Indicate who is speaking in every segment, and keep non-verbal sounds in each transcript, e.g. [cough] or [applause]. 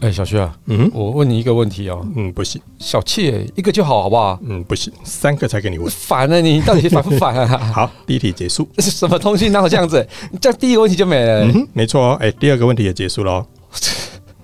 Speaker 1: 哎，小薛啊，
Speaker 2: 嗯
Speaker 1: 我问你一个问题哦，
Speaker 2: 嗯，不行，
Speaker 1: 小妾一个就好，好不好？
Speaker 2: 嗯不行，三个才给你问。
Speaker 1: 烦啊你，到底烦不烦啊？ [laughs]
Speaker 2: 好，第一题结束。
Speaker 1: 这是什么通讯哪有这样子？这样第一个问题就没了、
Speaker 2: 嗯哼，没错哦。哎、第二个问题也结束了哦，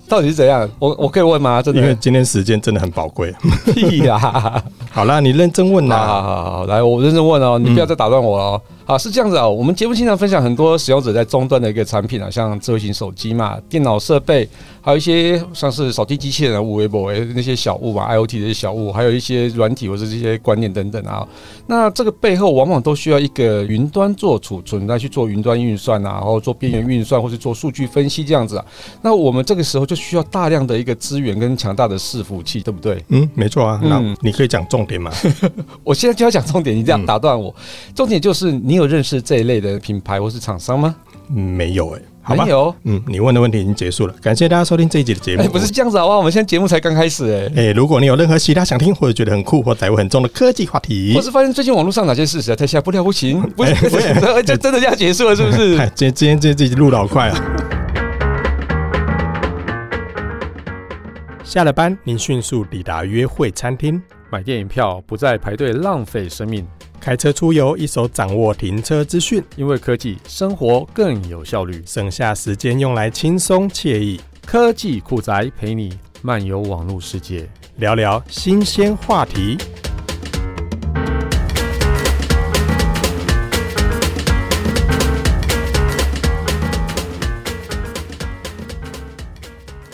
Speaker 1: 到底是怎样？我我可以问吗？真
Speaker 2: 因为
Speaker 1: 的
Speaker 2: 今天时间真的很宝贵。
Speaker 1: 屁呀、啊！
Speaker 2: 好啦，你认真问
Speaker 1: 好
Speaker 2: 啦。
Speaker 1: 啊好好好，来，我认真问哦，你不要再打断我了哦。好，是这样子啊，我们节目经常分享很多使用者在终端的一个产品啊，像智慧型手机嘛、电脑设备，还有一些像是扫地机器人、啊五维博那些小物嘛，IOT 的一些小物，还有一些软体或者这些观念等等啊。那这个背后往往都需要一个云端做储存，来去做云端运算啊，然后做边缘运算或是做数据分析这样子啊。那我们这个时候就需要大量的一个资源跟强大的伺服器，对不对？
Speaker 2: 嗯，没错啊。那
Speaker 1: 嗯
Speaker 2: 你可以讲
Speaker 1: [laughs]
Speaker 2: 重点嘛？
Speaker 1: 我现在就要讲重点，你这样打断我。重点就是你有认识这一类的品牌或是厂商吗？
Speaker 2: 嗯没有哎、好吧
Speaker 1: 没。有。
Speaker 2: 嗯，你问的问题已经结束了，感谢大家收听这一集的节目。
Speaker 1: 哎、不是这样子好不好？我们现在节目才刚开始哎、
Speaker 2: 哎、如果你有任何其他想听或者觉得很酷或财务很重的科技话题
Speaker 1: 我，是发现最近网络上哪些事实在啊太下不了不行，不是
Speaker 2: 哎不是，
Speaker 1: [laughs] 就真的要结束了，是不是？
Speaker 2: [laughs] 哎，今今天这这集录的好快啊！下了班，您迅速抵达约会餐厅，
Speaker 3: 买电影票不再排队浪费生命，
Speaker 2: 开车出游，一手掌握停车资讯，
Speaker 3: 因为科技生活更有效率。
Speaker 2: 省下时间用来轻松惬意
Speaker 3: 科技酷宅陪你漫游网络世界。
Speaker 2: 聊聊新鲜话题。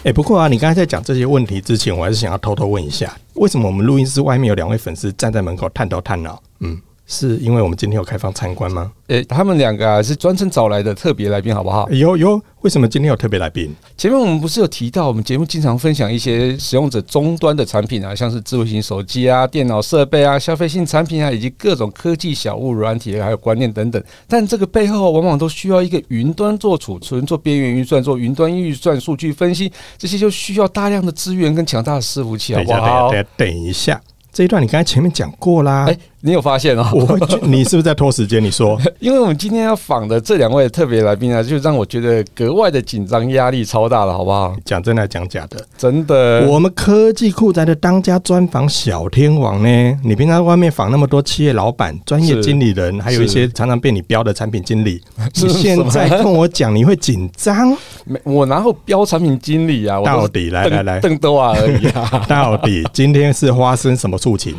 Speaker 2: 哎、不过啊，你刚才在讲这些问题之前，我还是想要偷偷问一下，为什么我们录音室外面有两位粉丝站在门口探头探脑？嗯，是因为我们今天有开放参观吗？
Speaker 1: 哎、他们两个啊是专程找来的特别来宾，好不好？
Speaker 2: 哎呦呦，为什么今天有特别来宾？
Speaker 1: 前面我们不是有提到，我们节目经常分享一些使用者终端的产品啊，像是智慧型手机啊、电脑设备啊、消费性产品啊，以及各种科技小物、软体还有观念等等。但这个背后往往都需要一个云端做储存、做边缘运算、做云端运算、数据分析，这些就需要大量的资源跟强大的伺服器，好
Speaker 2: 等一
Speaker 1: 不
Speaker 2: 下，
Speaker 1: 好？
Speaker 2: 等一下，等一下，等一下，这一段你刚才前面讲过啦。
Speaker 1: 啊哎、你有发现哦？
Speaker 2: [laughs] 我会觉，
Speaker 1: [laughs]
Speaker 2: 你是不是在拖时间？你说，
Speaker 1: 因为我们今天要访的这两位特别来宾啊，就让我觉得格外的紧张，压力超大了，好不好？
Speaker 2: 讲真的，讲假的？
Speaker 1: 真的，
Speaker 2: 我们科技酷宅的当家专访小天王呢？你平常外面访那么多企业老板、专业
Speaker 1: 是
Speaker 2: 经理人，还有一
Speaker 1: 是
Speaker 2: 些常常被你标的产品经理，
Speaker 1: [laughs] 是
Speaker 2: 你现在
Speaker 1: 什么
Speaker 2: 跟我讲你会紧张？
Speaker 1: 没， [laughs] 我哪有标产品经理啊？我都
Speaker 2: 到
Speaker 1: 是
Speaker 2: 底来
Speaker 1: 邓
Speaker 2: 来来，
Speaker 1: 邓多瓦而已
Speaker 2: [laughs]
Speaker 1: 啊。
Speaker 2: 到底今天是发生什么事
Speaker 1: [laughs]
Speaker 2: 情？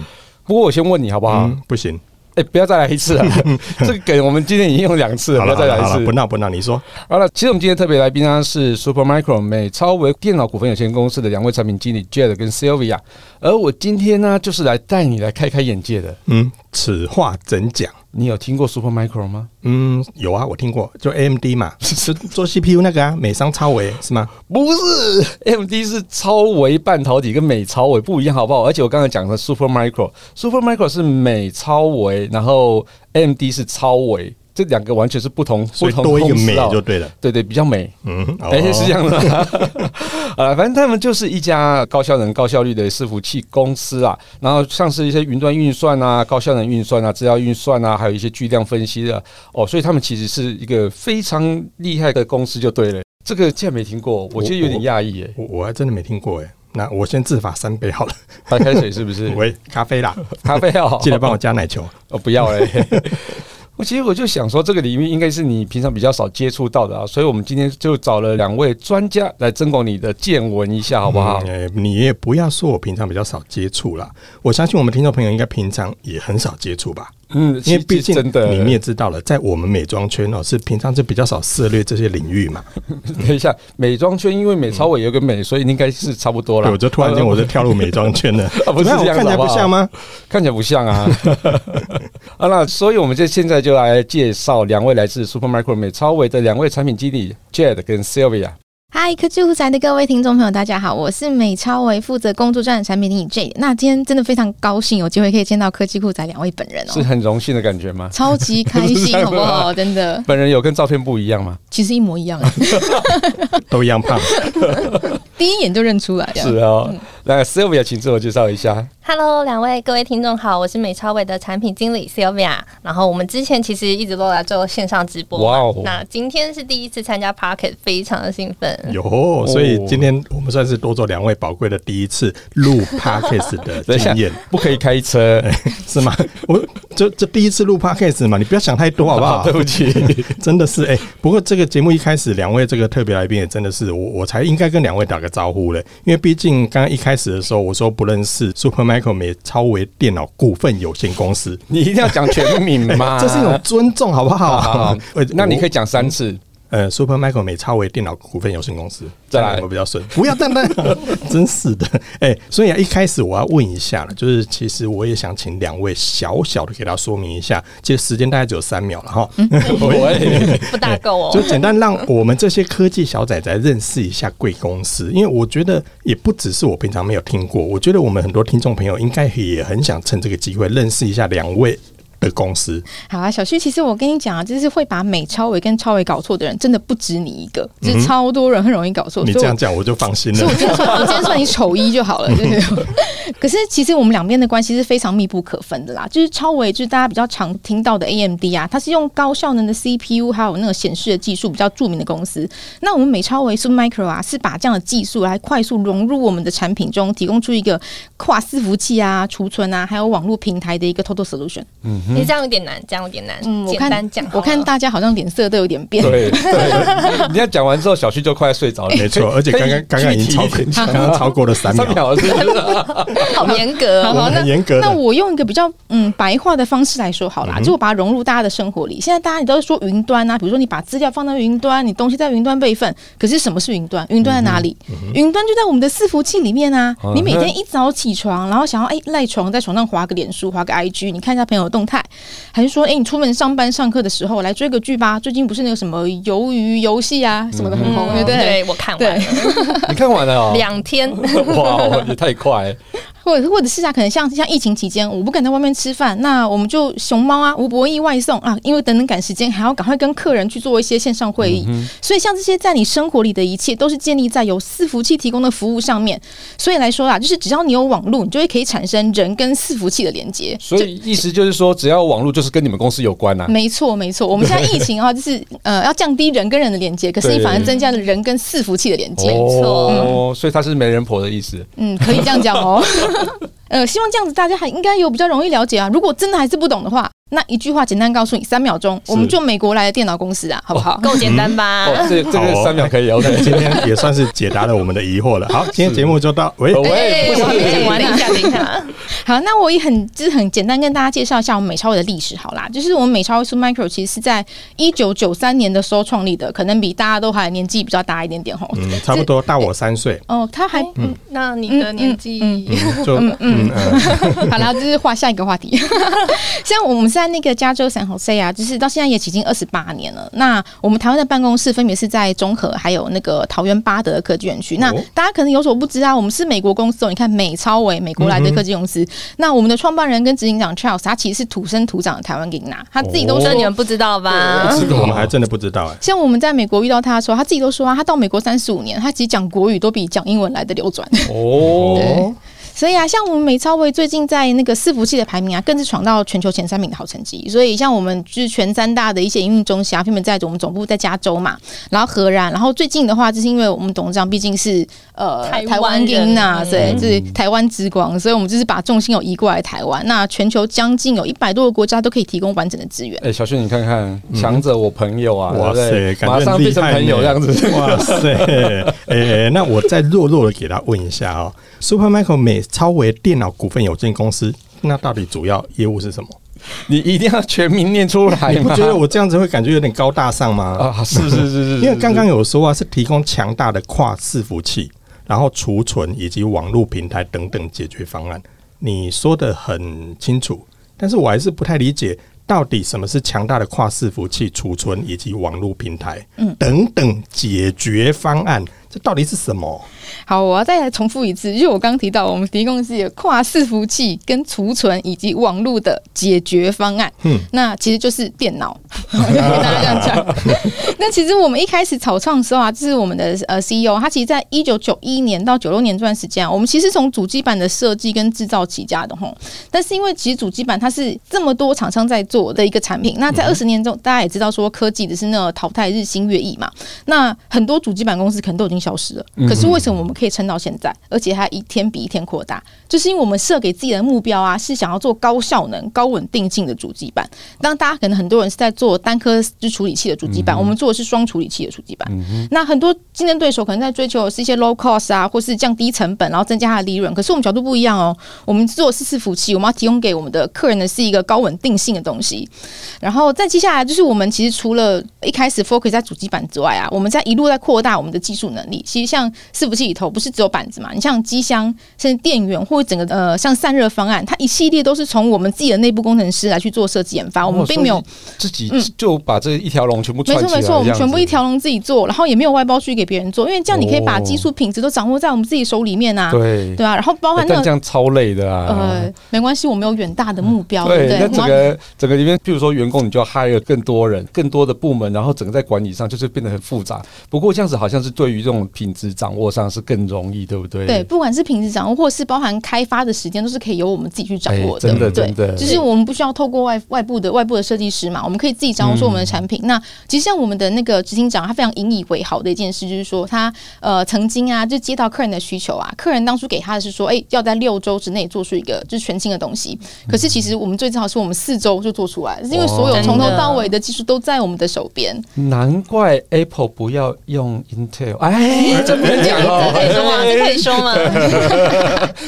Speaker 1: 不过我先问你好不好？哎、
Speaker 2: 嗯，不行，
Speaker 1: 不要再来一次
Speaker 2: [laughs]
Speaker 1: 了，这个梗我们今天已经用两次了，
Speaker 2: 好
Speaker 1: 不要
Speaker 2: 了好
Speaker 1: 再来
Speaker 2: 了
Speaker 1: 一
Speaker 2: 好了，不
Speaker 1: 次。
Speaker 2: 闹不闹，你说，
Speaker 1: 好了，其实我们今天特别来宾呢是 Supermicro 美超微电脑股份有限公司的两位产品经理 Jade 跟 Sylvia，而我今天呢就是来带你来开开眼界的。
Speaker 2: 嗯，此话怎讲？
Speaker 1: 你有听过 Supermicro 吗？
Speaker 2: 嗯，有啊，我听过，就 AMD 嘛， [laughs] 是做 CPU 那个啊，美商超维是吗？
Speaker 1: 不是，AMD 是超微半导体，跟美超微不一样，好不好？而且我刚才讲的 Supermicro，Supermicro 是美超微，然后 AMD 是超微，这两个完全是不同
Speaker 2: 所
Speaker 1: 不
Speaker 2: 以
Speaker 1: 同
Speaker 2: 多一个
Speaker 1: 公司
Speaker 2: 美
Speaker 1: 啊
Speaker 2: 就对了。
Speaker 1: 对对，比较美。
Speaker 2: 嗯，
Speaker 1: 哎、
Speaker 2: 哦
Speaker 1: 是这样的 [laughs] 啊，呃，反正他们就是一家高效能、高效率的伺服器公司啊。然后像是一些云端运算啊、高效能运算啊、资料运算啊，还有一些巨量分析的哦，所以他们其实是一个非常厉害的公司，就对了。这个竟然没听过，我觉得有点讶异耶。
Speaker 2: 我我还真的没听过哎。那我先自罚三杯好了。
Speaker 1: 白开水是不 [laughs] 是？
Speaker 2: 喂，咖啡啦，
Speaker 1: 咖啡哦，
Speaker 2: 记得帮我加奶球。
Speaker 1: [laughs] 哦，不要嘞。我其实我就想说，这个领域应该是你平常比较少接触到的啊，所以我们今天就找了两位专家来增广你的见闻一下，好不好？
Speaker 2: 嗯呃你也不要说我平常比较少接触啦，我相信我们听众朋友应该平常也很少接触吧，
Speaker 1: 嗯，
Speaker 2: 因
Speaker 1: 其
Speaker 2: 为
Speaker 1: 实
Speaker 2: 毕竟
Speaker 1: 真的，
Speaker 2: 你也知道了，在我们美妆圈哦，是平常是比较少涉猎这些领域嘛。
Speaker 1: 等一下，美妆圈因为美超伟有个美，所以应该是差不多呃
Speaker 2: 对，
Speaker 1: 了
Speaker 2: 我。就突然间我就跳入美妆圈
Speaker 1: [laughs]
Speaker 2: 了，
Speaker 1: 啊不是
Speaker 2: 那我
Speaker 1: 这样子
Speaker 2: 看起
Speaker 1: 好
Speaker 2: 来不
Speaker 1: 不好
Speaker 2: 像吗？
Speaker 1: 看起来不像啊。 [laughs] 啊，那所以我们就现在就来介绍两位来自 Supermicro 美超伟的两位产品经理 Jade 跟 Sylvia。
Speaker 4: 嗨，科技护宅的各位听众朋友，大家好，我是美超维负责工作站的产品经理 J。那今天真的非常高兴有机会可以见到科技护宅两位本人
Speaker 1: 是
Speaker 4: 哦，
Speaker 1: 很荣幸的感觉吗？
Speaker 4: [laughs] 超级开
Speaker 1: 是这
Speaker 4: 心，
Speaker 1: 样
Speaker 4: 好不好？真的，
Speaker 1: 本人有跟照片不一样吗？
Speaker 4: 其实一模一样，
Speaker 2: 都一样胖。
Speaker 4: 第一眼就认出来了。啊
Speaker 2: 啊
Speaker 1: 是哦。那 Sylvia，请自我介绍一下。
Speaker 5: Hello，两位各位听众好，我是美超伟的产品经理 Sylvia。然后我们之前其实一直都来做线上直播嘛，
Speaker 1: 哇哦
Speaker 5: 那今天是第一次参加 Pocket，非常的兴
Speaker 1: 哎
Speaker 2: [laughs]
Speaker 5: 奋。
Speaker 2: 有，所
Speaker 1: 哦
Speaker 2: 以今天我们算是多做两位宝贵的第一次录 podcast 的
Speaker 1: [laughs] 等一下
Speaker 2: 经验，
Speaker 1: 不可以开车，
Speaker 2: 是吗？我这这第一次录 podcast 嘛，你不要想太多好不好？
Speaker 1: [laughs] 对不起，
Speaker 2: [laughs] 真的是哎、不过这个节目一开始，两位这个特别来宾也真的是我，我才应该跟两位打个招呼嘞，因为毕竟刚刚一开始的时候，我说不认识 Super Micro 美超维电脑股份有限公司，
Speaker 1: 你一定要讲全名嘛，
Speaker 2: [laughs] 这是一种尊重，好
Speaker 1: [laughs]
Speaker 2: 不好？
Speaker 1: 好好好
Speaker 2: 呃
Speaker 1: 啊那你可以
Speaker 2: [laughs] 我
Speaker 1: 讲三次，
Speaker 2: 呃，Super Micro 美超维电脑股份有限公司，
Speaker 1: 再来
Speaker 2: 我比较顺，不要蛋蛋，真是的，哎、所以啊，一开始我要问一下了，就是其实我也想请两位小小的给大家说明一下，其实时间大概只有三秒了哈，
Speaker 1: [laughs] 喂，
Speaker 5: 不大够哦、
Speaker 2: 就简单让我们这些科技小仔仔认识一下贵公司，因为我觉得也不只是我平常没有听过，我觉得我们很多听众朋友应该也很想趁这个机会认识一下两位的公司。
Speaker 4: 好啊，小旭，其实我跟你讲啊，就是会把美超维跟超维搞错的人，真的不止你一个，就是超多人很容易搞错。
Speaker 2: 你
Speaker 4: 所
Speaker 2: 这
Speaker 4: 以我
Speaker 2: 样讲我就放心
Speaker 4: [laughs] 所
Speaker 2: 了
Speaker 4: 以我。今天算，我今天算你丑一就好了。就是，
Speaker 5: [laughs]
Speaker 4: 可是其实我们两边的关系是非常密不可分的啦。就是超维，就是大家比较常听到的 AMD 啊，它是用高效能的 CPU 还有那个显示的技术比较著名的公司。那我们美超维 Supermicro 啊，是把这样的技术来快速融入我们的产品中，提供出一个跨伺服器啊、储存啊，还有网络平台的一个 total solution。
Speaker 2: 嗯
Speaker 5: 你、这样有点难，这样有点难。
Speaker 4: 嗯，我
Speaker 5: 简单
Speaker 4: 看
Speaker 5: 讲好了，
Speaker 4: 我看大家好像脸色都有点变。
Speaker 1: 对
Speaker 4: [laughs]
Speaker 1: 对，你要讲完之后，小旭就快睡着
Speaker 4: 哎
Speaker 1: 了，
Speaker 2: 没错，而且刚刚刚刚已经超
Speaker 4: [laughs]
Speaker 2: 过，刚刚超过了三
Speaker 1: 三
Speaker 2: 秒。
Speaker 1: 秒，是不是？
Speaker 5: 好严格
Speaker 4: 好
Speaker 5: 哦、
Speaker 4: 好，
Speaker 2: [laughs] 我们
Speaker 4: 那
Speaker 2: 很严格的
Speaker 4: [laughs] 那我用一个比较嗯白话的方式来说好啦，
Speaker 2: 嗯
Speaker 4: 就我把它融入大家的生活里。现在大家也都说云端啊，比如说你把资料放到云端，你东西在云端备份。可是什么是云端？云端在哪里？云端就在我们的伺服器里面啊
Speaker 1: 嗯。
Speaker 4: 你每天一早起床，然后想要哎赖床，在床上划个脸书，划个 IG，你看一下朋友动态，还是说哎你出门上班上课的时候来追个剧吧？最近不是那个什么鱿鱼游戏啊什么的很红，对
Speaker 5: 嗯
Speaker 4: 不对？
Speaker 5: 对，我看完
Speaker 4: 对嗯
Speaker 5: 了。
Speaker 1: [laughs] 你看完了哦，
Speaker 5: 两天，
Speaker 1: [laughs] 哇，也太快了，
Speaker 4: 或者或者是啊，可能像像疫情期间，我不敢在外面吃饭，那我们就熊猫啊、吴博弈外送啊，因为等等赶时间，还要赶快跟客人去做一些线上会
Speaker 1: 嗯
Speaker 4: 议。所以像这些在你生活里的一切，都是建立在有伺服器提供的服务上面。所以来说啦，啊就是只要你有网络，你就会可以产生人跟伺服器的连接。
Speaker 1: 所以意思就是说，只要网络就是跟你们公司有关啊呐、
Speaker 4: 没错，没错。我们现在疫情啊，就是呃要降低人跟人的连接，可是你
Speaker 1: 对
Speaker 4: 反而增加了人跟伺服器的连接。
Speaker 1: 哦，所以他是媒人婆的意思。
Speaker 4: 嗯，可以这样讲哦。呃，希望这样子大家还应该有比较容易了解啊。如果真的还是不懂的话，那一句话简单告诉你，三秒钟，我们就美国来的电脑公司啊，好不好？
Speaker 5: 够简单
Speaker 4: 啊
Speaker 5: 吧？
Speaker 1: 哦，这这个三秒
Speaker 4: [laughs]
Speaker 1: 可以
Speaker 2: 好啊
Speaker 1: OK。
Speaker 2: 那哎今天也算是解答了我们的疑惑了。好，今天节目就到。喂，
Speaker 5: 哎
Speaker 1: 喂，
Speaker 5: 我还没讲完，等
Speaker 4: 不
Speaker 5: 一
Speaker 4: 是
Speaker 5: 下，等一下。
Speaker 4: 好，那我也很就是很简单跟大家介绍一下我们美超伟的历史好啦，就是我们美超伟 Supermicro 其实是在一九九三年的时候创立的，可能比大家都还年纪比较大一点点吼。
Speaker 2: 嗯，差不多大我三岁。
Speaker 4: 哦，他还、
Speaker 5: 那你的年纪、
Speaker 2: 嗯就嗯嗯，
Speaker 4: [laughs] 好啦，就是画下一个话题。 [laughs] 像我们在那个加州 San Jose 啊，就是到现在也已经二十八年了。那我们台湾的办公室分别是在中和，还有那个桃园巴德科技园区。那
Speaker 2: 哦
Speaker 4: 大家可能有所不知啊，我们是美国公司哦。你看美超伟，美国来的科技公司。那我们的创办人跟执行长 Charles，他其实是土生土长的台湾给拿，他自己都
Speaker 1: 哦
Speaker 4: 说
Speaker 5: 这你们不知道
Speaker 4: [laughs]
Speaker 5: 吧？
Speaker 2: 这个我们还真的不知道哎。
Speaker 4: 像我们在美国遇到他的时候，他自己都说啊，他到美国三十五年，他其实讲国语都比讲英文来的流转。
Speaker 1: 哦，
Speaker 2: 哦，
Speaker 4: 所以啊，像我们美超威最近在那个伺服器的排名啊，更是闯到全球前三名的好成绩。所以像我们就是全三大的一些营运中心啊，分别在我们总部在加州嘛，然后荷兰，然后最近的话，就是因为我们董事长毕竟是呃
Speaker 5: 台湾人
Speaker 4: 金呐，
Speaker 5: 嗯
Speaker 4: 对，就是台湾之光，所以我们就是把重心有移过来台湾。那全球将近有一百多个国家都可以提供完整的资源。
Speaker 1: 哎，小旭，你看看，强者我朋友啊，
Speaker 2: 嗯哇
Speaker 1: 对
Speaker 2: 塞，
Speaker 1: 不对
Speaker 2: 感
Speaker 1: 马
Speaker 2: 觉
Speaker 1: 上
Speaker 2: 很
Speaker 1: 变
Speaker 2: 厉
Speaker 1: 成
Speaker 2: 害
Speaker 1: 朋友
Speaker 2: 呢
Speaker 1: 这样子。 [laughs]
Speaker 2: 哇塞，哎、那我再弱弱的给他问一下哦，Supermicro 美超维电脑股份有限公司，那到底主要业务是什么？
Speaker 1: 你一定要全名念出来
Speaker 2: 你不
Speaker 1: 吗？
Speaker 2: 觉得我这样子会感觉有点高大上吗？
Speaker 1: [laughs] 啊？是是是是，
Speaker 2: 因为刚刚有说啊，是提供强大的跨伺服器，然后储存以及网络平台等等解决方案。你说的很清楚，但是我还是不太理解到底什么是强大的跨伺服器、储嗯存以及网络平台，嗯，等等解决方案，这到底是什么？
Speaker 4: 好，我要再来重复一次，就是我刚提到，我们提供的是跨伺服器、跟储存以及网络的解决方案。嗯，那其实就是电脑， [laughs] 跟大家这样讲。那其实我们一开始草创的时候啊，就是我们的呃 CEO，他其实在一九九一年到九六年这段时间、啊，我们其实从主机板的设计跟制造起家的吼。但是因为其实主机板它是这么多厂商在做的一个产品，那在二十年中，大家也知道说科技只是那个淘汰日新月异嘛，那很多主机板公司可能都已经消失了，可是为什么我们可以撑到现在，而且还一天比一天扩大？就是因为我们设给自己的目标啊，是想要做高效能、高稳定性的主机板。当大家可能很多人是在做单颗就处理器的主机板，我们做的是双处理器的主机板。那很多竞争对手可能在追求的是一些 low cost 啊，或是降低成本，然后增加它的利润。可是我们角度不一样哦，我们做的是伺服器，我们要提供给我们的客人的是一个高稳定性的东西。然后再接下来就是我们其实除了一开始 focus 在主机板之外啊，我们在一路在扩大我们的技术能力。其实像伺服器里头不是只有板子嘛，你像机箱、甚至电源或者整个呃像散热方案，它一系列都是从我们自己的内部工程师来去做设计研
Speaker 1: 哦
Speaker 4: 发，我们并没有
Speaker 1: 自己就把这一条龙全部
Speaker 4: 没
Speaker 1: 串起
Speaker 4: 错
Speaker 1: 来，
Speaker 4: 没错，我
Speaker 1: 这
Speaker 4: 们
Speaker 1: 样
Speaker 4: 全部
Speaker 1: 子
Speaker 4: 一条龙自己做，然后也没有外包去给别人做，因为这样你可以把
Speaker 1: 哦
Speaker 4: 技术品质都掌握在我们自己手里面啊，
Speaker 1: 对。
Speaker 4: 对啊，然后包含
Speaker 1: 欸
Speaker 4: 那
Speaker 1: 但这
Speaker 4: 种
Speaker 1: 样超累的啊
Speaker 4: 呃。，没关系，我们有远大的目标，
Speaker 1: 对，
Speaker 4: 对
Speaker 1: 那
Speaker 4: 不对？
Speaker 1: 整
Speaker 4: 我们
Speaker 1: 个整个里面，譬如说员工，你就要 hire 更多人、更多的部门，然后整个在管理上就是变得很复杂。不过这样子好像是对于这种品质掌握上是更容易，对不对？
Speaker 4: 对，不管是品质掌握，或是包含开发的时间，都是可以由我们自己去掌握的。
Speaker 1: 哎真的
Speaker 4: 对，
Speaker 1: 真的
Speaker 4: 就是我们不需要透过外外部的外部的设计师嘛，我们可以自己掌握说
Speaker 1: 嗯
Speaker 4: 我们的产品。那其实像我们的那个执行长，他非常引以为豪的一件事，就是说他呃曾经啊，就接到客人的需求啊，客人当初给他的是说，哎、要在六周之内做出一个就是全新的东西。可是其实我们最早是我们四周就做出来了，是因为所有
Speaker 5: 哇
Speaker 4: 从头到尾的技术都在我们的手边。
Speaker 1: 难怪 Apple 不要用 Intel。哎，
Speaker 4: [laughs]
Speaker 1: 这不能讲
Speaker 5: 这可以说吗？这可以说吗？
Speaker 1: [laughs]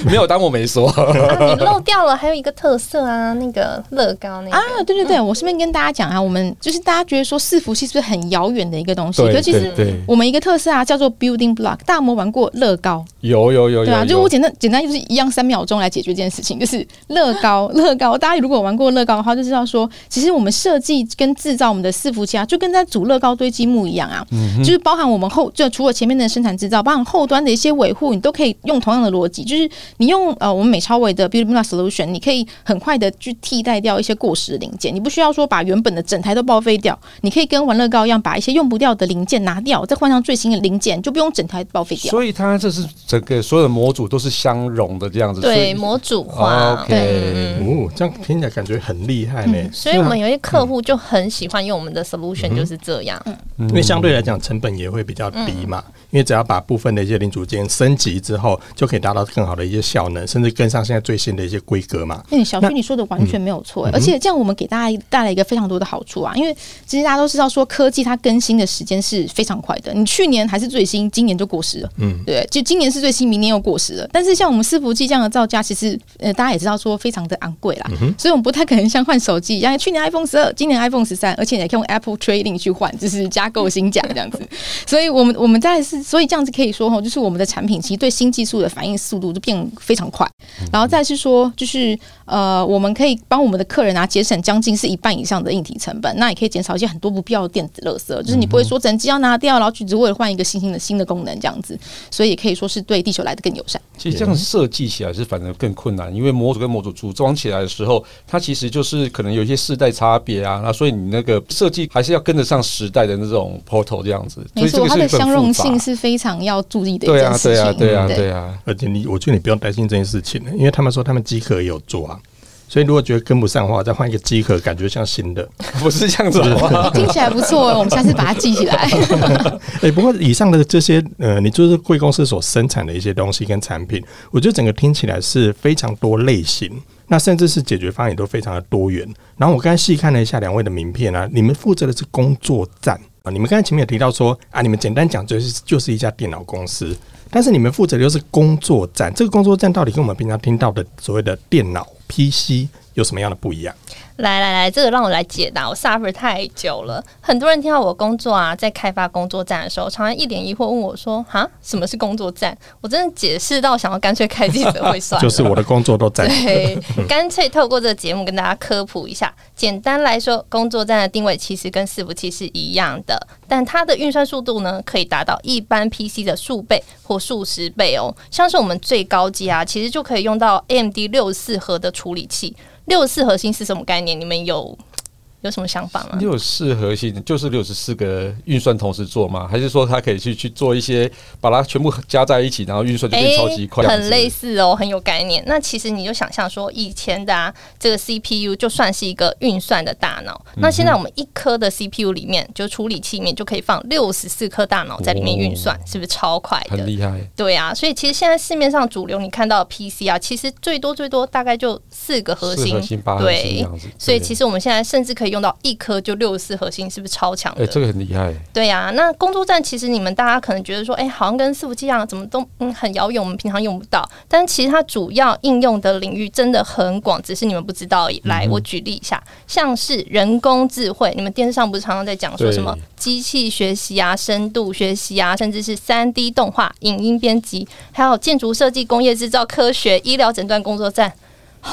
Speaker 1: 没有，当我没
Speaker 4: [laughs]
Speaker 1: 说。
Speaker 5: 啊你漏掉了，还有一个特色啊，那个乐高那个。
Speaker 4: 啊，对对对，我顺便跟大家讲啊，我们就是大家觉得说伺服器是不是很遥远的一个东西？可
Speaker 1: 对
Speaker 4: 其
Speaker 1: 对
Speaker 4: 实
Speaker 1: 对，
Speaker 4: 我们一个特色啊，叫做 Building Block，大家有没有玩过乐高？
Speaker 1: 有有有有，
Speaker 4: 对啊，就
Speaker 1: 有
Speaker 4: 我简单简单就是一样三秒钟来解决这件事情， [laughs] 就是乐高 [laughs] 乐高。大家如果有玩过乐高的话，就知道说，其实我们设计跟制造我们的伺服器啊，就跟在组乐高堆积木一样啊，
Speaker 1: 嗯
Speaker 4: 就是包含我们后就除了前面的生产制造，包含后端的一些维护，你都可以用同样的逻辑，就是你用呃我们美超伟的 Build Block Solution，你可以很快的去替代掉一些过时的零件，你不需要说把原本的整台都报废掉，你可以跟玩乐高一样，把一些用不掉的零件拿掉，再换上最新的零件，就不用整台报废掉。
Speaker 1: 所以它这是整个所有的模组都是相容的这样子。嗯所
Speaker 5: 对
Speaker 1: 以
Speaker 5: 模组化。
Speaker 1: OK，
Speaker 5: 对
Speaker 2: 哦，这样听起来感觉很厉害呢。
Speaker 5: 所以我们有些客户就很喜欢用我们的 solution，就是这样。
Speaker 2: 因为相对来讲成本也会比较低嘛，因为只要把部分的一些零组件升级之后，就可以达到更好的一些效能，甚至跟上现在最新的一些规格嘛。
Speaker 4: 嗯，小旭，你说的完全没有错、而且这样我们给大家带来一个非常多的好处啊，因为其实大家都知道说科技它更新的时间是非常快的，你去年还是最新，今年就过时了，嗯，对，就今年是最新，明年又过时了。但是像我们伺服器这样的造价，其实呃大家也知道说非常的昂贵啦、所以我们不太可能像换手机一样，去年 iPhone 十二，今年 iPhone 十三，而且你还可以用 Apple Trading 去换，就是加购新奖这样 [laughs] 子。所以我们我们在是，所以这样子可以说吼，就是我们的产品其实对新技术的反应速度就变非常快，然后再是说就是呃，我们可以帮我们的客人啊节省将近是一半以上的硬体成本，那也可以减少一些很多不必要的电子垃圾，就是你不会说整机要拿掉，然后去只为了换一个新兴的新的功能这样子，所以也可以说是对地球来的更友善。
Speaker 1: 其实这样设计起来是反而更困难，因为模组跟模组组装起来的时候，它其实就是可能有一些世代差别啊，那所以你那个设计还是要跟得上时代的那种 portal 这样子，所
Speaker 4: 没
Speaker 1: 以这
Speaker 4: 错，
Speaker 1: 个
Speaker 4: 它
Speaker 1: 是
Speaker 4: 的
Speaker 1: 很
Speaker 4: 相容
Speaker 1: 复杂
Speaker 4: 性是非常要注意的一
Speaker 1: 对
Speaker 4: 件
Speaker 1: 啊
Speaker 4: 事情。
Speaker 1: 对啊对啊
Speaker 4: 对
Speaker 1: 对啊， [laughs]
Speaker 2: 而且你，我觉得你不用担心这件事情，因为他们说他们机壳也有做啊。所以如果觉得跟不上的话，再换一个机壳，感觉像新的。
Speaker 1: 不是这样子哦好吗？
Speaker 4: 听起来不错、哦我们下次把它记起来。
Speaker 2: [laughs] 哎、不过以上的这些，呃，你就是贵公司所生产的一些东西跟产品，我觉得整个听起来是非常多类型，那甚至是解决方案也都非常的多元。然后我刚才细看了一下两位的名片啊，你们负责的是工作站啊，你们刚才前面有提到说啊，你们简单讲就是就是一家电脑公司，但是你们负责的又是工作站，这个工作站到底跟我们平常听到的所谓的电脑 PC 有什么样的不一样？
Speaker 5: 来来来，这个让我来解答，我 suffer 太久了。很多人听到我工作啊，在开发工作站的时候，常常一脸疑惑问我说：“哈，什么是工作站？”我真的解释到想要干脆开记者会算
Speaker 2: 就
Speaker 5: 了。
Speaker 2: 是我的工作都在。
Speaker 5: 对，干脆透过这个节目跟大家科普一下。简单来说，工作站的定位其实跟伺服器是一样的，但它的运算速度呢，可以达到一般 PC 的数倍或数十倍哦。像是我们最高阶啊，其实就可以用到 AMD 六四核的处理器。六四核心是什么概念？你们有有什么想法吗？
Speaker 1: 六四核心就是六十四个运算同时做吗？还是说它可以去去做一些，把它全部加在一起，然后运算就变超级快？
Speaker 5: 哎很类似哦，很有概念。那其实你就想象说，以前的、啊、这个 CPU 就算是一个运算的大脑，
Speaker 1: 嗯
Speaker 5: 那现在我们一颗的 CPU 里面，就处理器里面就可以放六十四颗大脑在里面运算，
Speaker 1: 哦
Speaker 5: 是不是超快
Speaker 1: 很
Speaker 5: 的？
Speaker 1: 厉害。
Speaker 5: 对啊，所以其实现在市面上主流你看到的 PC 啊，其实最多最多大概就四个核
Speaker 1: 四
Speaker 5: 心，
Speaker 1: 核心八核心这
Speaker 5: 对
Speaker 1: 样子，
Speaker 5: 所以其
Speaker 1: 实
Speaker 5: 实我们现在甚至可以用到一颗就六十四核心，是不是超强
Speaker 1: 哎、
Speaker 5: 的？
Speaker 1: 这个很厉害，
Speaker 5: 对呀、那工作站其实你们大家可能觉得说，哎、好像跟伺服器一样，怎么都嗯很遥远，我们平常用不到。但其实它主要应用的领域真的很广，只是你们不知
Speaker 1: 嗯
Speaker 5: 道而已。来，我举例一下，像是人工智慧，你们电视上不是常常在讲说
Speaker 1: 对，
Speaker 5: 什么机器学习啊、深度学习啊，甚至是三 D 动画、影音编辑，还有建筑设计、工业制造、科学、医疗诊断、工作站。 [laughs]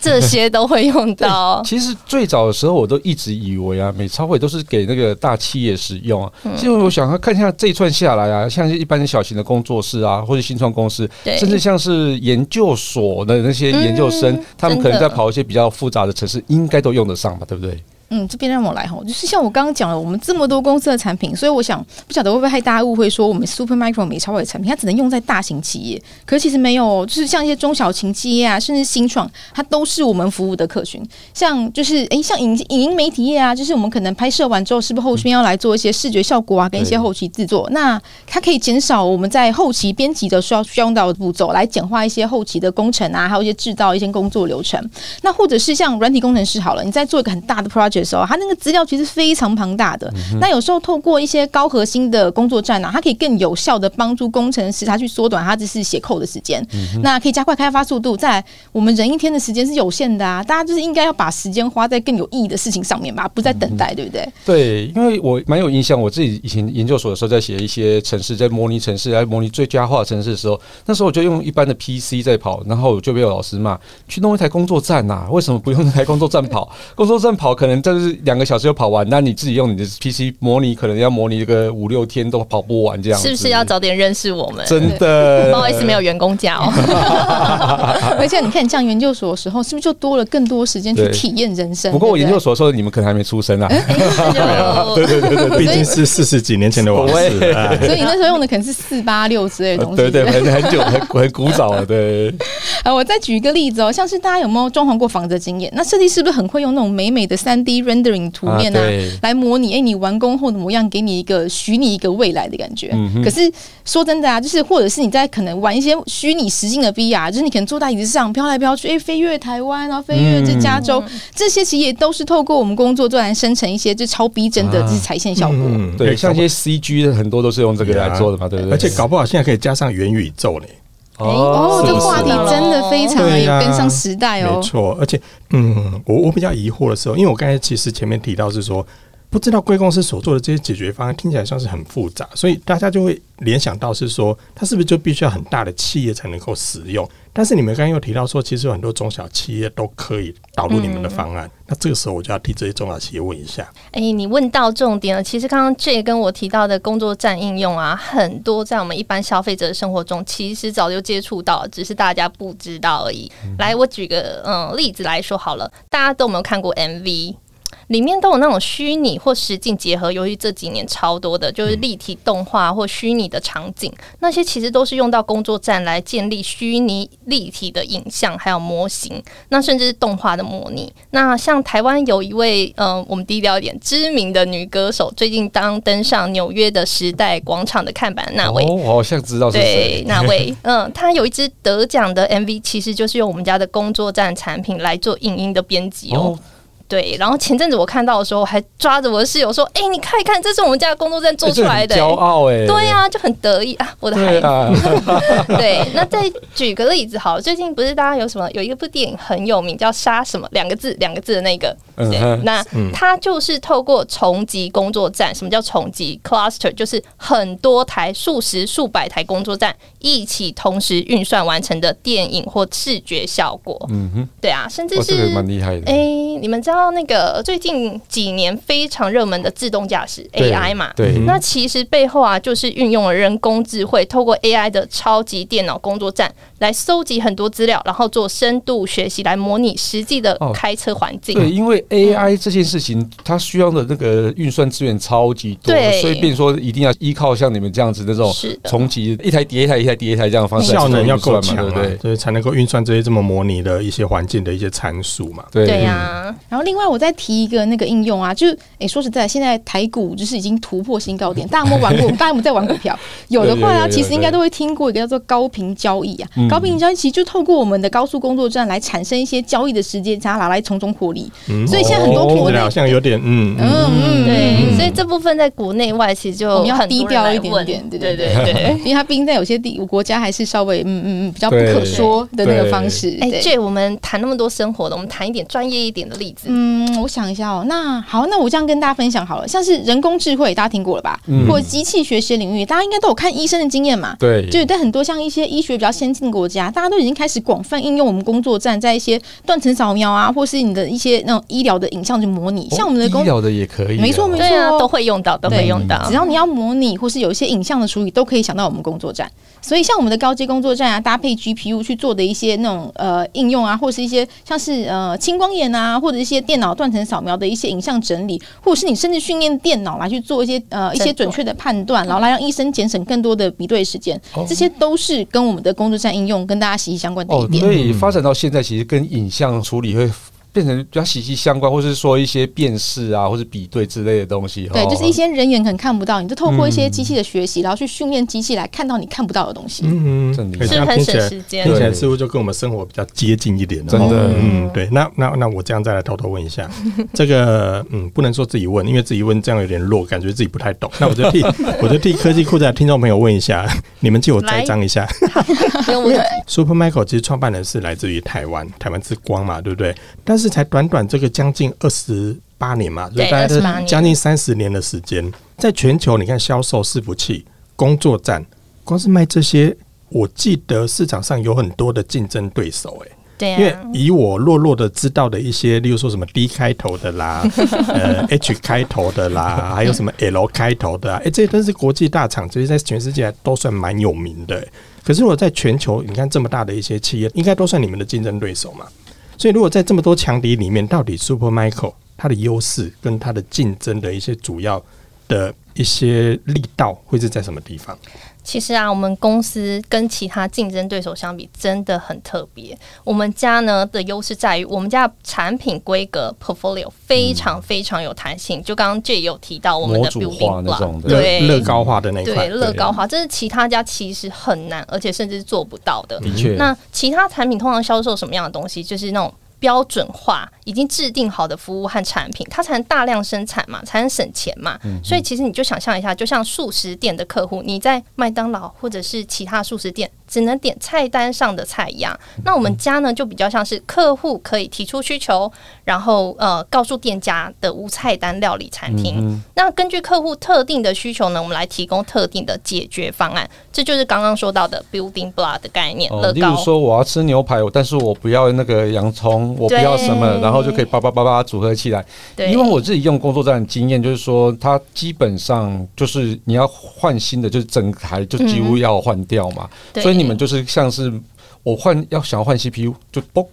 Speaker 5: 这些都会用到
Speaker 1: 其实最早的时候，我都一直以为啊，美超会都是给那个大企业使用啊。
Speaker 5: 嗯
Speaker 1: 其实我想看一下这一串下来啊，像一般小型的工作室啊，或者新创公司，
Speaker 5: 对，
Speaker 1: 甚至像是研究所的那些
Speaker 5: 嗯
Speaker 1: 研究生，他们可
Speaker 5: 真
Speaker 1: 能
Speaker 5: 的
Speaker 1: 在跑一些比较复杂的城市，应该都用得上吧，对不对？
Speaker 4: 嗯，这边让我来吼，就是像我刚刚讲了，我们这么多公司的产品，所以我想不晓得会不会害大家误会，说我们 Super Micro 美超伟的产品，它只能用在大型企业，可是其实没有哦，就是像一些中小型企业啊，甚至新创，它都是我们服务的客群。像就是诶，像影影音媒体业啊，就是我们可能拍摄完之后，是不是后面要来做一些视觉效果啊，跟一些
Speaker 1: 对
Speaker 4: 后期制作？那它可以减少我们在后期编辑的需要需要用到的步骤，来简化一些后期的工程啊，还有一些制造一些工作流程。那或者是像软体工程师好了，你在做一个很大的 project 的时候，它那个资料其实非常庞大的。
Speaker 1: 嗯
Speaker 4: 那有时候透过一些高核心的工作站啊，它可以更有效的帮助工程师他去缩短他只是写扣的时间，
Speaker 1: 嗯
Speaker 4: 那可以加快开发速度。再来，我们人一天的时间是有限的啊，大家就是应该要把时间花在更有意义的事情上面吧，不在等
Speaker 1: 嗯
Speaker 4: 待，对不对？
Speaker 1: 对，因为我蛮有印象，我自己以前研究所的时候，在写一些城市，在模拟城市，来模拟最佳化城市的时候，那时候我就用一般的 PC 在跑，然后我就被我老师骂，去弄一台工作站呐、为什么不用那台工作站跑？工作站跑可能就是两个小时就跑完，那你自己用你的 PC 模拟，可能要模拟个五六天都跑不完这样子，
Speaker 5: 是不是要？早点认识我们？
Speaker 1: 真的，
Speaker 5: 不好意思，没有员工价哦。
Speaker 1: 啊
Speaker 4: 而且你看，像研究所的时候，是不是就多了更多时间去
Speaker 1: 对
Speaker 4: 体验人生？
Speaker 1: 不过我
Speaker 4: 对
Speaker 1: 研
Speaker 4: 对
Speaker 1: 究所的时候，你们可能还没出生
Speaker 5: [laughs]
Speaker 1: 啊。
Speaker 5: 哎对对对，
Speaker 2: 毕竟是四十几年前的往事
Speaker 1: 喂
Speaker 2: 啊。
Speaker 4: 所以你那时候用的可能是四八六之类的东西。
Speaker 1: 呃对对，很 [laughs] 很久，很很古早了，对。
Speaker 5: [laughs]
Speaker 4: 啊，我再举一个例子哦，像是大家有没有装潢过房子的经验？那设计师不是很会用那种美美的三 D rendering 图面啊，
Speaker 1: 啊对
Speaker 4: 来模拟哎、你完工后的模样，给你一个许你一个未来的感觉。
Speaker 1: 嗯哼
Speaker 4: 可是说真的啊，就是或者是你在可能玩一些虚拟实境的 VR，就是你可能坐在椅子上飘来飘去，哎、飞越台湾，然后飞越
Speaker 1: 嗯
Speaker 4: 这加州，这些其实也都是透过我们工作做来生成一些就超逼真的
Speaker 1: 啊
Speaker 4: 就是彩线效果。
Speaker 2: 嗯
Speaker 1: 对，像一
Speaker 2: 搞
Speaker 1: 些 CG 的很多都是用这个来做的嘛，对不
Speaker 2: 不
Speaker 1: 对？
Speaker 2: 而且搞不好现在可以加上元宇宙呢。
Speaker 4: 哦，
Speaker 1: 是
Speaker 4: 这
Speaker 1: 不是啊
Speaker 4: 话题真的非常
Speaker 2: 对
Speaker 4: 有
Speaker 2: 呀
Speaker 4: 跟上时代哦
Speaker 2: 没。错，而且，嗯，我我比较疑惑的时候，因为我刚才其实前面提到是说，不知道贵公司所做的这些解决方案听起来像是很复杂，所以大家就会联想到是说，它是不是就必须要很大的企业才能够使用？但是你们刚刚又提到说，其实有很多中小企业都可以导入你们的方
Speaker 4: 嗯
Speaker 2: 案，那这个时候我就要替这些中小企业问一下，
Speaker 5: 哎，你问到重点了。其实刚刚 J 跟我提到的工作站应用啊，很多在我们一般消费者的生活中，其实早就接触到了，只是大家不知道而已。来，我举个嗯例子来说好了，大家都有没有看过 MV？里面都有那种虚拟或实境结合，由于这几年超多的，
Speaker 1: 嗯
Speaker 5: 就是立体动画或虚拟的场景，那些其实都是用到工作站来建立虚拟立体的影像，还有模型。那甚至是动画的模拟。那像台湾有一位，嗯、我们低调一点，知名的女歌手，最近刚登上纽约的时代广场的看板那位。
Speaker 1: 哦，我好像知道是
Speaker 5: 对
Speaker 1: 谁，。
Speaker 5: 那位，嗯，她有一支得奖的 MV，其实就是用我们家的工作站产品来做影音的编辑哦。
Speaker 1: 哦，
Speaker 5: 对，然后前阵子我看到的时候，还抓着我的室友说：“哎、你看一看，这是我们家的工作站做
Speaker 1: 哎这
Speaker 5: 出
Speaker 1: 个
Speaker 5: 来
Speaker 1: 很
Speaker 5: 的、
Speaker 1: 骄傲哎。
Speaker 5: 对呀、就很得意啊，我的孩
Speaker 1: 对
Speaker 5: 子。
Speaker 1: 啊，
Speaker 5: 对，那再举个例子好了，最近不是大家有什么有一部电影很有名，叫《杀什么》两个字两个字的那个，
Speaker 1: 嗯
Speaker 5: 对
Speaker 1: 哼
Speaker 5: 那它就是透过重集工作站，什么叫重集 cluster？就是很多台数十数百台工作站一起同时运算完成的电影或视觉效果。
Speaker 1: 嗯哼，
Speaker 5: 对啊，甚至
Speaker 1: 哦，这个
Speaker 5: 是
Speaker 1: 蛮厉害
Speaker 5: 哎、
Speaker 1: 的。
Speaker 5: 你们知道道那个最近几年非常热门的自动驾驶
Speaker 1: 对
Speaker 5: AI 嘛，嗯
Speaker 1: 对，
Speaker 5: 那其实背后啊，就是运用了人工智慧，透过 AI 的超级电脑工作站来搜集很多资料，然后做深度学习，来模拟实际的
Speaker 1: 哦
Speaker 5: 开车环境。
Speaker 1: 对，因为 AI 这件事情，它需要的那个运算资源超级多，
Speaker 5: 对
Speaker 1: 所以变说一定要依靠像你们这样子那种
Speaker 5: 是的
Speaker 1: 重级一台叠一台，一台叠一台这样的方式来做
Speaker 2: 效能
Speaker 1: 运
Speaker 2: 要够
Speaker 1: 算嘛，对
Speaker 2: 强
Speaker 1: 不
Speaker 2: 啊
Speaker 1: 对，？
Speaker 2: 所以才能够运算这些这么模拟的一些环境的一些参数嘛。
Speaker 1: 对
Speaker 5: 对呀、啊
Speaker 4: 然后另外我再提一个那个应用啊，就是诶说实在，现在台股就是已经突破新高点，大家有没有玩
Speaker 1: [laughs]
Speaker 4: 过？大家有没有在玩股票？有的话
Speaker 1: 有有有
Speaker 4: 啊，
Speaker 1: 有
Speaker 4: 其实应该都会听过一个叫做高频交易啊。
Speaker 1: 嗯
Speaker 4: 高频交易其实就透过我们的高速工作站来产生一些交易的时间差，拿来从中获利。
Speaker 2: 嗯
Speaker 4: 所以现在很多
Speaker 1: 哦
Speaker 4: 国
Speaker 2: 听起
Speaker 4: 内
Speaker 2: 来好像有点嗯嗯
Speaker 4: 嗯
Speaker 5: 对，所以这部分在国内外其实就
Speaker 4: 我们要
Speaker 5: 很多
Speaker 4: 低
Speaker 5: 人
Speaker 4: 调
Speaker 5: 来
Speaker 4: 一点
Speaker 5: 问
Speaker 4: 点对
Speaker 5: 对
Speaker 4: 对
Speaker 5: 对对。
Speaker 4: [laughs] 因为它毕竟在有些地国家还是稍微嗯嗯嗯比较不可说的那个方式。
Speaker 5: 哎
Speaker 4: 对，
Speaker 5: 这我们谈那么多生活的，我们谈一点专业一点的例子。
Speaker 4: 嗯，我想一下哦。那好，那我这样跟大家分享好了，像是人工智慧，大家听过了吧？
Speaker 1: 嗯
Speaker 4: 或者机器学习领域，大家应该都有看医生的经验嘛。
Speaker 1: 对，
Speaker 4: 就是在很多像一些医学比较先进的国家，大家都已经开始广泛应用我们工作站在一些断层扫描啊，或是你的一些那种医疗的影像去模拟，像我们的
Speaker 1: 哦
Speaker 4: 工
Speaker 1: 医疗的也可以啊，
Speaker 4: 没错没
Speaker 5: 对啊，
Speaker 4: 错
Speaker 5: 都会用到，都会
Speaker 4: 对
Speaker 5: 用到
Speaker 4: 只。要你要模拟或是有一些影像的处理，都可以想到我们工作站。所以像我们的高阶工作站啊，搭配 GPU 去做的一些那种呃应用啊，或是一些像是呃青光眼啊，或者一些电脑断层扫描的一些影像整理，或者是你甚至训练电脑来去做一些呃一些准确的判断，然后来让医生节省更多的比对时间，这些都是跟我们的工作站应用跟大家息息相关的一
Speaker 1: 哦，
Speaker 4: 点。
Speaker 1: 所以发展到现在，其实跟影像处理会变成比较息息相关，或是说一些辨识啊，或是比对之类的东西。
Speaker 4: 对，
Speaker 1: 哦
Speaker 4: 就是一些人眼可能看不到，你就透过一些机器的学习，然后去训练机器来看到你看不到的东西。
Speaker 2: 嗯
Speaker 1: 真的
Speaker 2: 可是
Speaker 5: 是
Speaker 2: 这样
Speaker 5: 很
Speaker 2: 听起
Speaker 5: 省
Speaker 2: 来
Speaker 5: 时间
Speaker 2: 听起来
Speaker 1: 对
Speaker 2: 似乎就跟我们生活比较接近一点了
Speaker 1: 真
Speaker 2: 哦。
Speaker 1: 的。
Speaker 2: 嗯，对，那那那我这样再来偷偷问一
Speaker 5: [laughs]
Speaker 2: 下，这个嗯，不能说自己问，因为自己问这样有点弱，感觉自己不太懂。那我就替我就替科技库的听众朋友问一下，你们借我栽赃一下。
Speaker 5: 不用问
Speaker 2: Super Michael 其实创办人是来自于台湾，台湾之光嘛，对不对？但是才短短这个将近二十八年嘛，就
Speaker 5: 对
Speaker 2: 是大概是
Speaker 5: 28年
Speaker 2: 将近三十年的时间，在全球你看销售伺服器、工作站，光是卖这些，我记得市场上有很多的竞争对手、欸，
Speaker 5: [laughs] 对
Speaker 2: 因为
Speaker 5: 啊，
Speaker 2: 以我弱弱的知道的一些，例如说什么 D 开头的
Speaker 5: [laughs]
Speaker 2: 啦，呃 H 开头的啦，还有什么 L 开头的、啊，哎、这些都是国际大厂，其实在全世界都算蛮有名的、可是如果在全球，你看这么大的一些企业，应该都算你们的竞争对手嘛。所以如果在这么多强敌里面，到底 Super Michael 它的优势跟它的竞争的一些主要的一些力道会是在什么地方？
Speaker 5: 其实啊，我们公司跟其他竞争对手相比，真的很特别。我们家呢的优势在于，我们家的产品规格 portfolio 非常非常有弹性。就刚刚 J 有提到我们
Speaker 1: 模
Speaker 5: 的
Speaker 1: 组化
Speaker 5: building
Speaker 1: 那种
Speaker 5: block，
Speaker 1: 的
Speaker 5: 对
Speaker 2: 乐乐高化的那一块，
Speaker 5: 对乐高化，这是其他家其实很难，而且甚至做不到的。
Speaker 1: 的确，
Speaker 5: 那其他产品通常销售什么样的东西？就是那种标准化、已经制定好的服务和产品，它才能大量生产嘛，才能省钱嘛。所以其实你就想象一下，就像素食店的客户，你在麦当劳或者是其他素食店只能点菜单上的菜一样。那我们家呢，就比较像是客户可以提出需求，然后呃告诉店家的无菜单料理餐厅。那根据客户特定的需求呢，我们来提供特定的解决方案。这就是刚刚说到的 building block 的概念，乐
Speaker 1: 哦，例
Speaker 5: 高
Speaker 1: 如。说我要吃牛排，但是我不要那个洋葱，我不
Speaker 5: 对
Speaker 1: 要什么，然后就可以叭叭叭叭组合起来。
Speaker 5: 对，
Speaker 1: 因为我自己用工作站的经验，就是说它基本上就是你要换新的，就是整台就几乎要换掉嘛。
Speaker 5: 对
Speaker 1: 所以你们就是像是我换要想要换 CPU 就嘣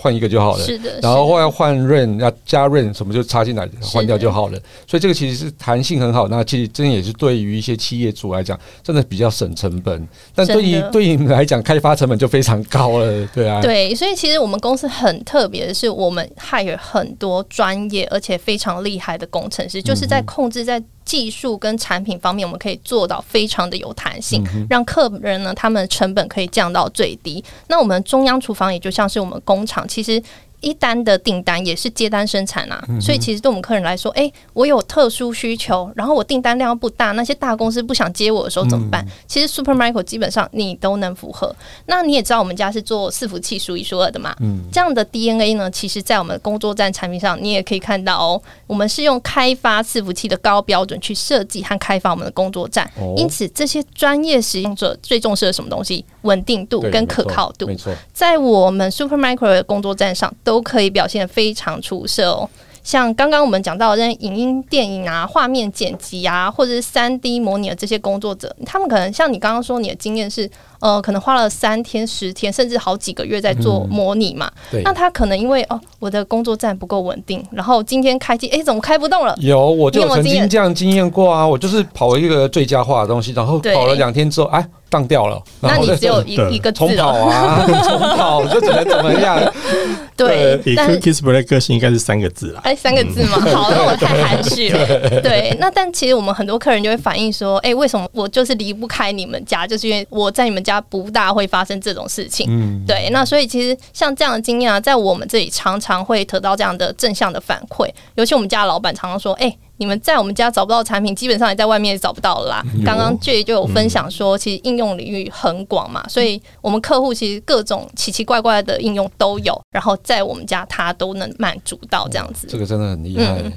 Speaker 1: 换一个就好了。
Speaker 5: 是的，
Speaker 1: 然后
Speaker 5: 是的
Speaker 1: 要换 RAM 要加 RAM 什么就插进来换掉就好了，所以这个其实是弹性很好。那其实真也是对于一些企业主来讲，真的比较省成本，但对于
Speaker 5: 真的
Speaker 1: 对于你们来讲，开发成本就非常高了，对啊，
Speaker 5: 对，所以其实我们公司很特别的是，我们 hire 很多专业而且非常厉害的工程
Speaker 1: 嗯
Speaker 5: 师，就是在控制在技术跟产品方面，我们可以做到非常的有弹
Speaker 1: 嗯
Speaker 5: 性，让客人呢他们的成本可以降到最低。那我们中央厨房也就像是我们工厂，其实。一单的订单也是接单生产
Speaker 1: 嗯
Speaker 5: 啊，所以其实对我们客人来说，诶，我有特殊需求，然后我订单量不大，那些大公司不想接我的时候怎么
Speaker 1: 嗯
Speaker 5: 办？其实 Super Micro 基本上你都能符合，那你也知道我们家是做伺服器数一数二的嘛，
Speaker 1: 嗯
Speaker 5: 这样的 DNA 呢，其实在我们的工作站产品上，你也可以看到哦，我们是用开发伺服器的高标准去设计和开发我们的工作站，
Speaker 1: 哦
Speaker 5: 因此这些专业使用者最重视的什么东西？稳定度
Speaker 1: 对
Speaker 5: 跟
Speaker 1: 没
Speaker 5: 可
Speaker 1: 错
Speaker 5: 靠度嗯
Speaker 1: 没，错。
Speaker 5: 在我们 Supermicro 的工作站上都可以表现得非常出色哦。像刚刚我们讲到的影音、电影啊、画面剪辑啊，或者是三 D 模拟的这些工作者，他们可能像你刚刚说，你的经验是，呃，可能花了三天、十天，甚至好几个月在做模拟嘛。
Speaker 1: 对
Speaker 5: 那他可能因为哦，我的工作站不够稳定，然后今天开机，哎，怎么开不动了？
Speaker 1: 有，我就
Speaker 5: 你有没有
Speaker 1: 曾
Speaker 5: 经
Speaker 1: 经
Speaker 5: 验
Speaker 1: 这样经验过啊！我就是跑一个最佳化的东西，然后
Speaker 5: 对
Speaker 1: 跑了两天之后，哎，当掉了，然
Speaker 5: 那
Speaker 1: 后
Speaker 5: 你
Speaker 1: 再
Speaker 5: 只有一
Speaker 2: 对
Speaker 5: 一个字
Speaker 1: 重跑
Speaker 5: 哦，
Speaker 1: 啊， [laughs] 重跑就只能怎么
Speaker 5: [laughs]
Speaker 1: 样？
Speaker 5: 对，
Speaker 2: 呃以
Speaker 5: 但是
Speaker 2: Cookies Play 个性应该是三个字啦。
Speaker 5: 哎，三个字嘛，好，那我太含蓄了。对，那但其实我们很多客人就会反映说，哎、为什么我就是离不开你们家？就是因为我在你们家不大会发生这种事情。
Speaker 1: 嗯，
Speaker 5: 对，那所以其实像这样的经验啊，在我们这里常常会得到这样的正向的反馈，尤其我们家的老板常常说，哎、你们在我们家找不到产品，基本上也在外面也找不到了啦。刚刚这里就有分享说，其实应用领域很广嘛，所以我们客户其实各种奇奇怪怪的应用都有，然后在我们家他都能满足到这样子。
Speaker 1: 这个真的很厉害。
Speaker 5: 嗯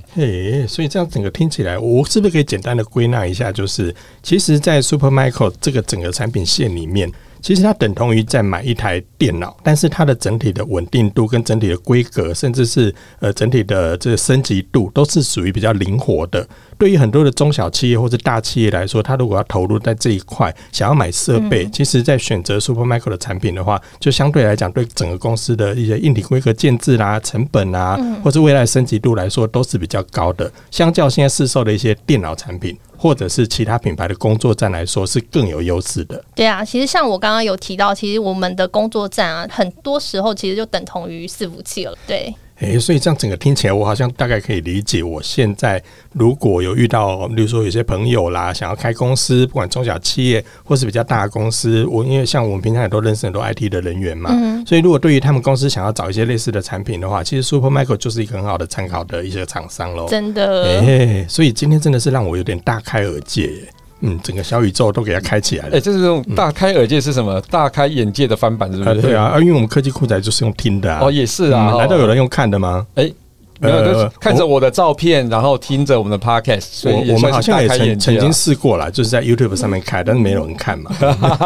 Speaker 2: 诶、所以这样整个听起来，我是不是可以简单的归纳一下？就是，其实，在 Super Micro 这个整个产品线里面，其实它等同于在买一台电脑，但是它的整体的稳定度跟整体的规格，甚至是呃整体的这个升级度，都是属于比较灵活的。对于很多的中小企业或者大企业来说，它如果要投入在这一块，想要买设备，其实在选择 Supermicro 的产品的话，就相对来讲，对整个公司的一些硬体规格建制啦、成本啊，或是未来升级度来说，都是比较高的。相较现在市售的一些电脑产品，或者是其他品牌的工作站来说，是更有优势的。
Speaker 5: 对啊，其实像我刚刚有提到，其实我们的工作站啊，很多时候其实就等同于伺服器了。对，
Speaker 2: 诶、所以这样整个听起来，我好像大概可以理解。我现在如果有遇到，例如说有些朋友啦，想要开公司，不管中小企业或是比较大的公司，我因为像我们平常也都认识很多 IT 的人员嘛，
Speaker 5: 嗯
Speaker 2: 所以如果对于他们公司想要找一些类似的产品的话，其实 Super Micro 就是一个很好的参考的一些厂商喽。
Speaker 5: 真的。
Speaker 2: 诶、所以今天真的是让我有点大开眼界耶，嗯，整个小宇宙都给它开起来
Speaker 1: 哎、
Speaker 2: 了。
Speaker 1: 这是这种大开眼界是什么？大开眼界的翻版是不是？
Speaker 2: 啊，对啊，啊因为我们科技酷宅就是用听的啊，
Speaker 1: 呃哦，也是啊。
Speaker 2: 嗯
Speaker 1: 哦
Speaker 2: 难道有人用看的吗？
Speaker 1: 没有？就是
Speaker 2: 呃
Speaker 1: 看着我的照片，然后听着我们的 podcast，所以
Speaker 2: 我
Speaker 1: 也
Speaker 2: 我们好
Speaker 1: 算是
Speaker 2: 像
Speaker 1: 大
Speaker 2: 也
Speaker 1: 开眼
Speaker 2: 曾
Speaker 1: 界啊
Speaker 2: 曾经。试过啦，就是在 YouTube 上面开，但是没有人看嘛。
Speaker 1: [laughs]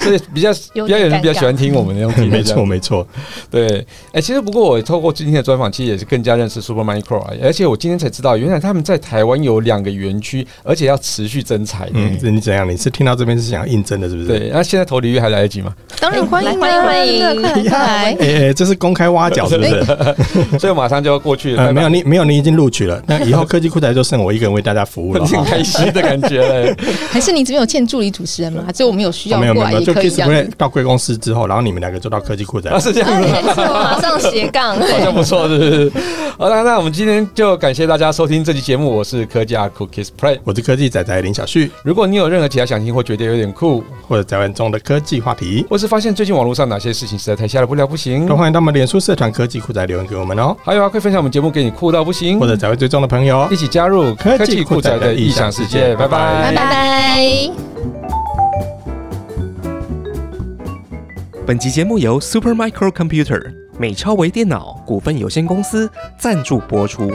Speaker 1: 所以比较
Speaker 5: 有
Speaker 1: 比
Speaker 5: 点
Speaker 1: 较有人比较
Speaker 5: 尴尬
Speaker 1: 喜欢听我们的用听的
Speaker 2: [laughs] 没
Speaker 1: 这样
Speaker 2: 错，没错。
Speaker 1: 对，哎、其实不过我透过今天的专访，其实也是更加认识 Super Micro 啊，而且我今天才知道，原来他们在台湾有两个园区，而且要持续增产、
Speaker 2: 嗯，这你怎样？你是听到这边是想要应征的，是不是？
Speaker 1: 对，那、现在投履约还来得
Speaker 2: [laughs]
Speaker 1: 及嘛？
Speaker 4: 当然欢迎啊，
Speaker 5: 哎来欢迎
Speaker 4: 真
Speaker 5: [laughs]
Speaker 4: 的快来快来！
Speaker 2: 哎、哎这是公开挖角，是
Speaker 1: [laughs]
Speaker 2: 不是？
Speaker 1: 所以我马上就要过去了，
Speaker 2: 呃，没有
Speaker 1: 你
Speaker 2: 你，没有你已经录取了。那以后科技酷宅就剩我一个人为大家服
Speaker 1: [laughs]
Speaker 2: 务了。
Speaker 1: 很
Speaker 2: 哈
Speaker 1: 开心的感觉嘞。
Speaker 4: 还是你这边有欠助理主持人吗？就我们有需要
Speaker 2: 哦没有没有
Speaker 4: 过来
Speaker 2: 没有，
Speaker 4: 也
Speaker 2: 就
Speaker 4: 可以
Speaker 2: Kiss
Speaker 4: 这样
Speaker 2: Play
Speaker 4: 子。
Speaker 2: 到贵公司之后，然后你们两个就到科技酷
Speaker 1: [laughs] [laughs]
Speaker 2: 宅
Speaker 1: 啊，。是这样
Speaker 5: 哎
Speaker 1: 子吗，
Speaker 5: 没错，马上斜杠。
Speaker 1: 好像
Speaker 5: 对
Speaker 1: 不错，是不是？ [laughs] 好了，那我们今天就感谢大家收听这期节目，我是科技阿 Cookies Play。
Speaker 2: 我是科技仔仔林小旭，
Speaker 1: 如果你有任何其他想听或觉得有点酷，
Speaker 2: 或者宅玩中的科技话题，
Speaker 1: 或是发现最近网络上哪些事情实在太瞎了不了不行
Speaker 2: 都，欢迎到我们脸书社团科技酷宅留言给我们哦，
Speaker 1: 还有啊，快分享我们节目给你酷到不行
Speaker 2: 或，者宅玩追踪的朋友哦
Speaker 1: 一。起加入
Speaker 2: 科技酷宅的
Speaker 1: 异
Speaker 2: 异
Speaker 1: 想
Speaker 2: 想
Speaker 1: 世
Speaker 2: 世
Speaker 1: 界，
Speaker 2: 界
Speaker 1: 拜拜。
Speaker 5: 拜拜。
Speaker 6: 本集节目由 Supermicro Computer 美超微电脑股份有限公司赞助播出。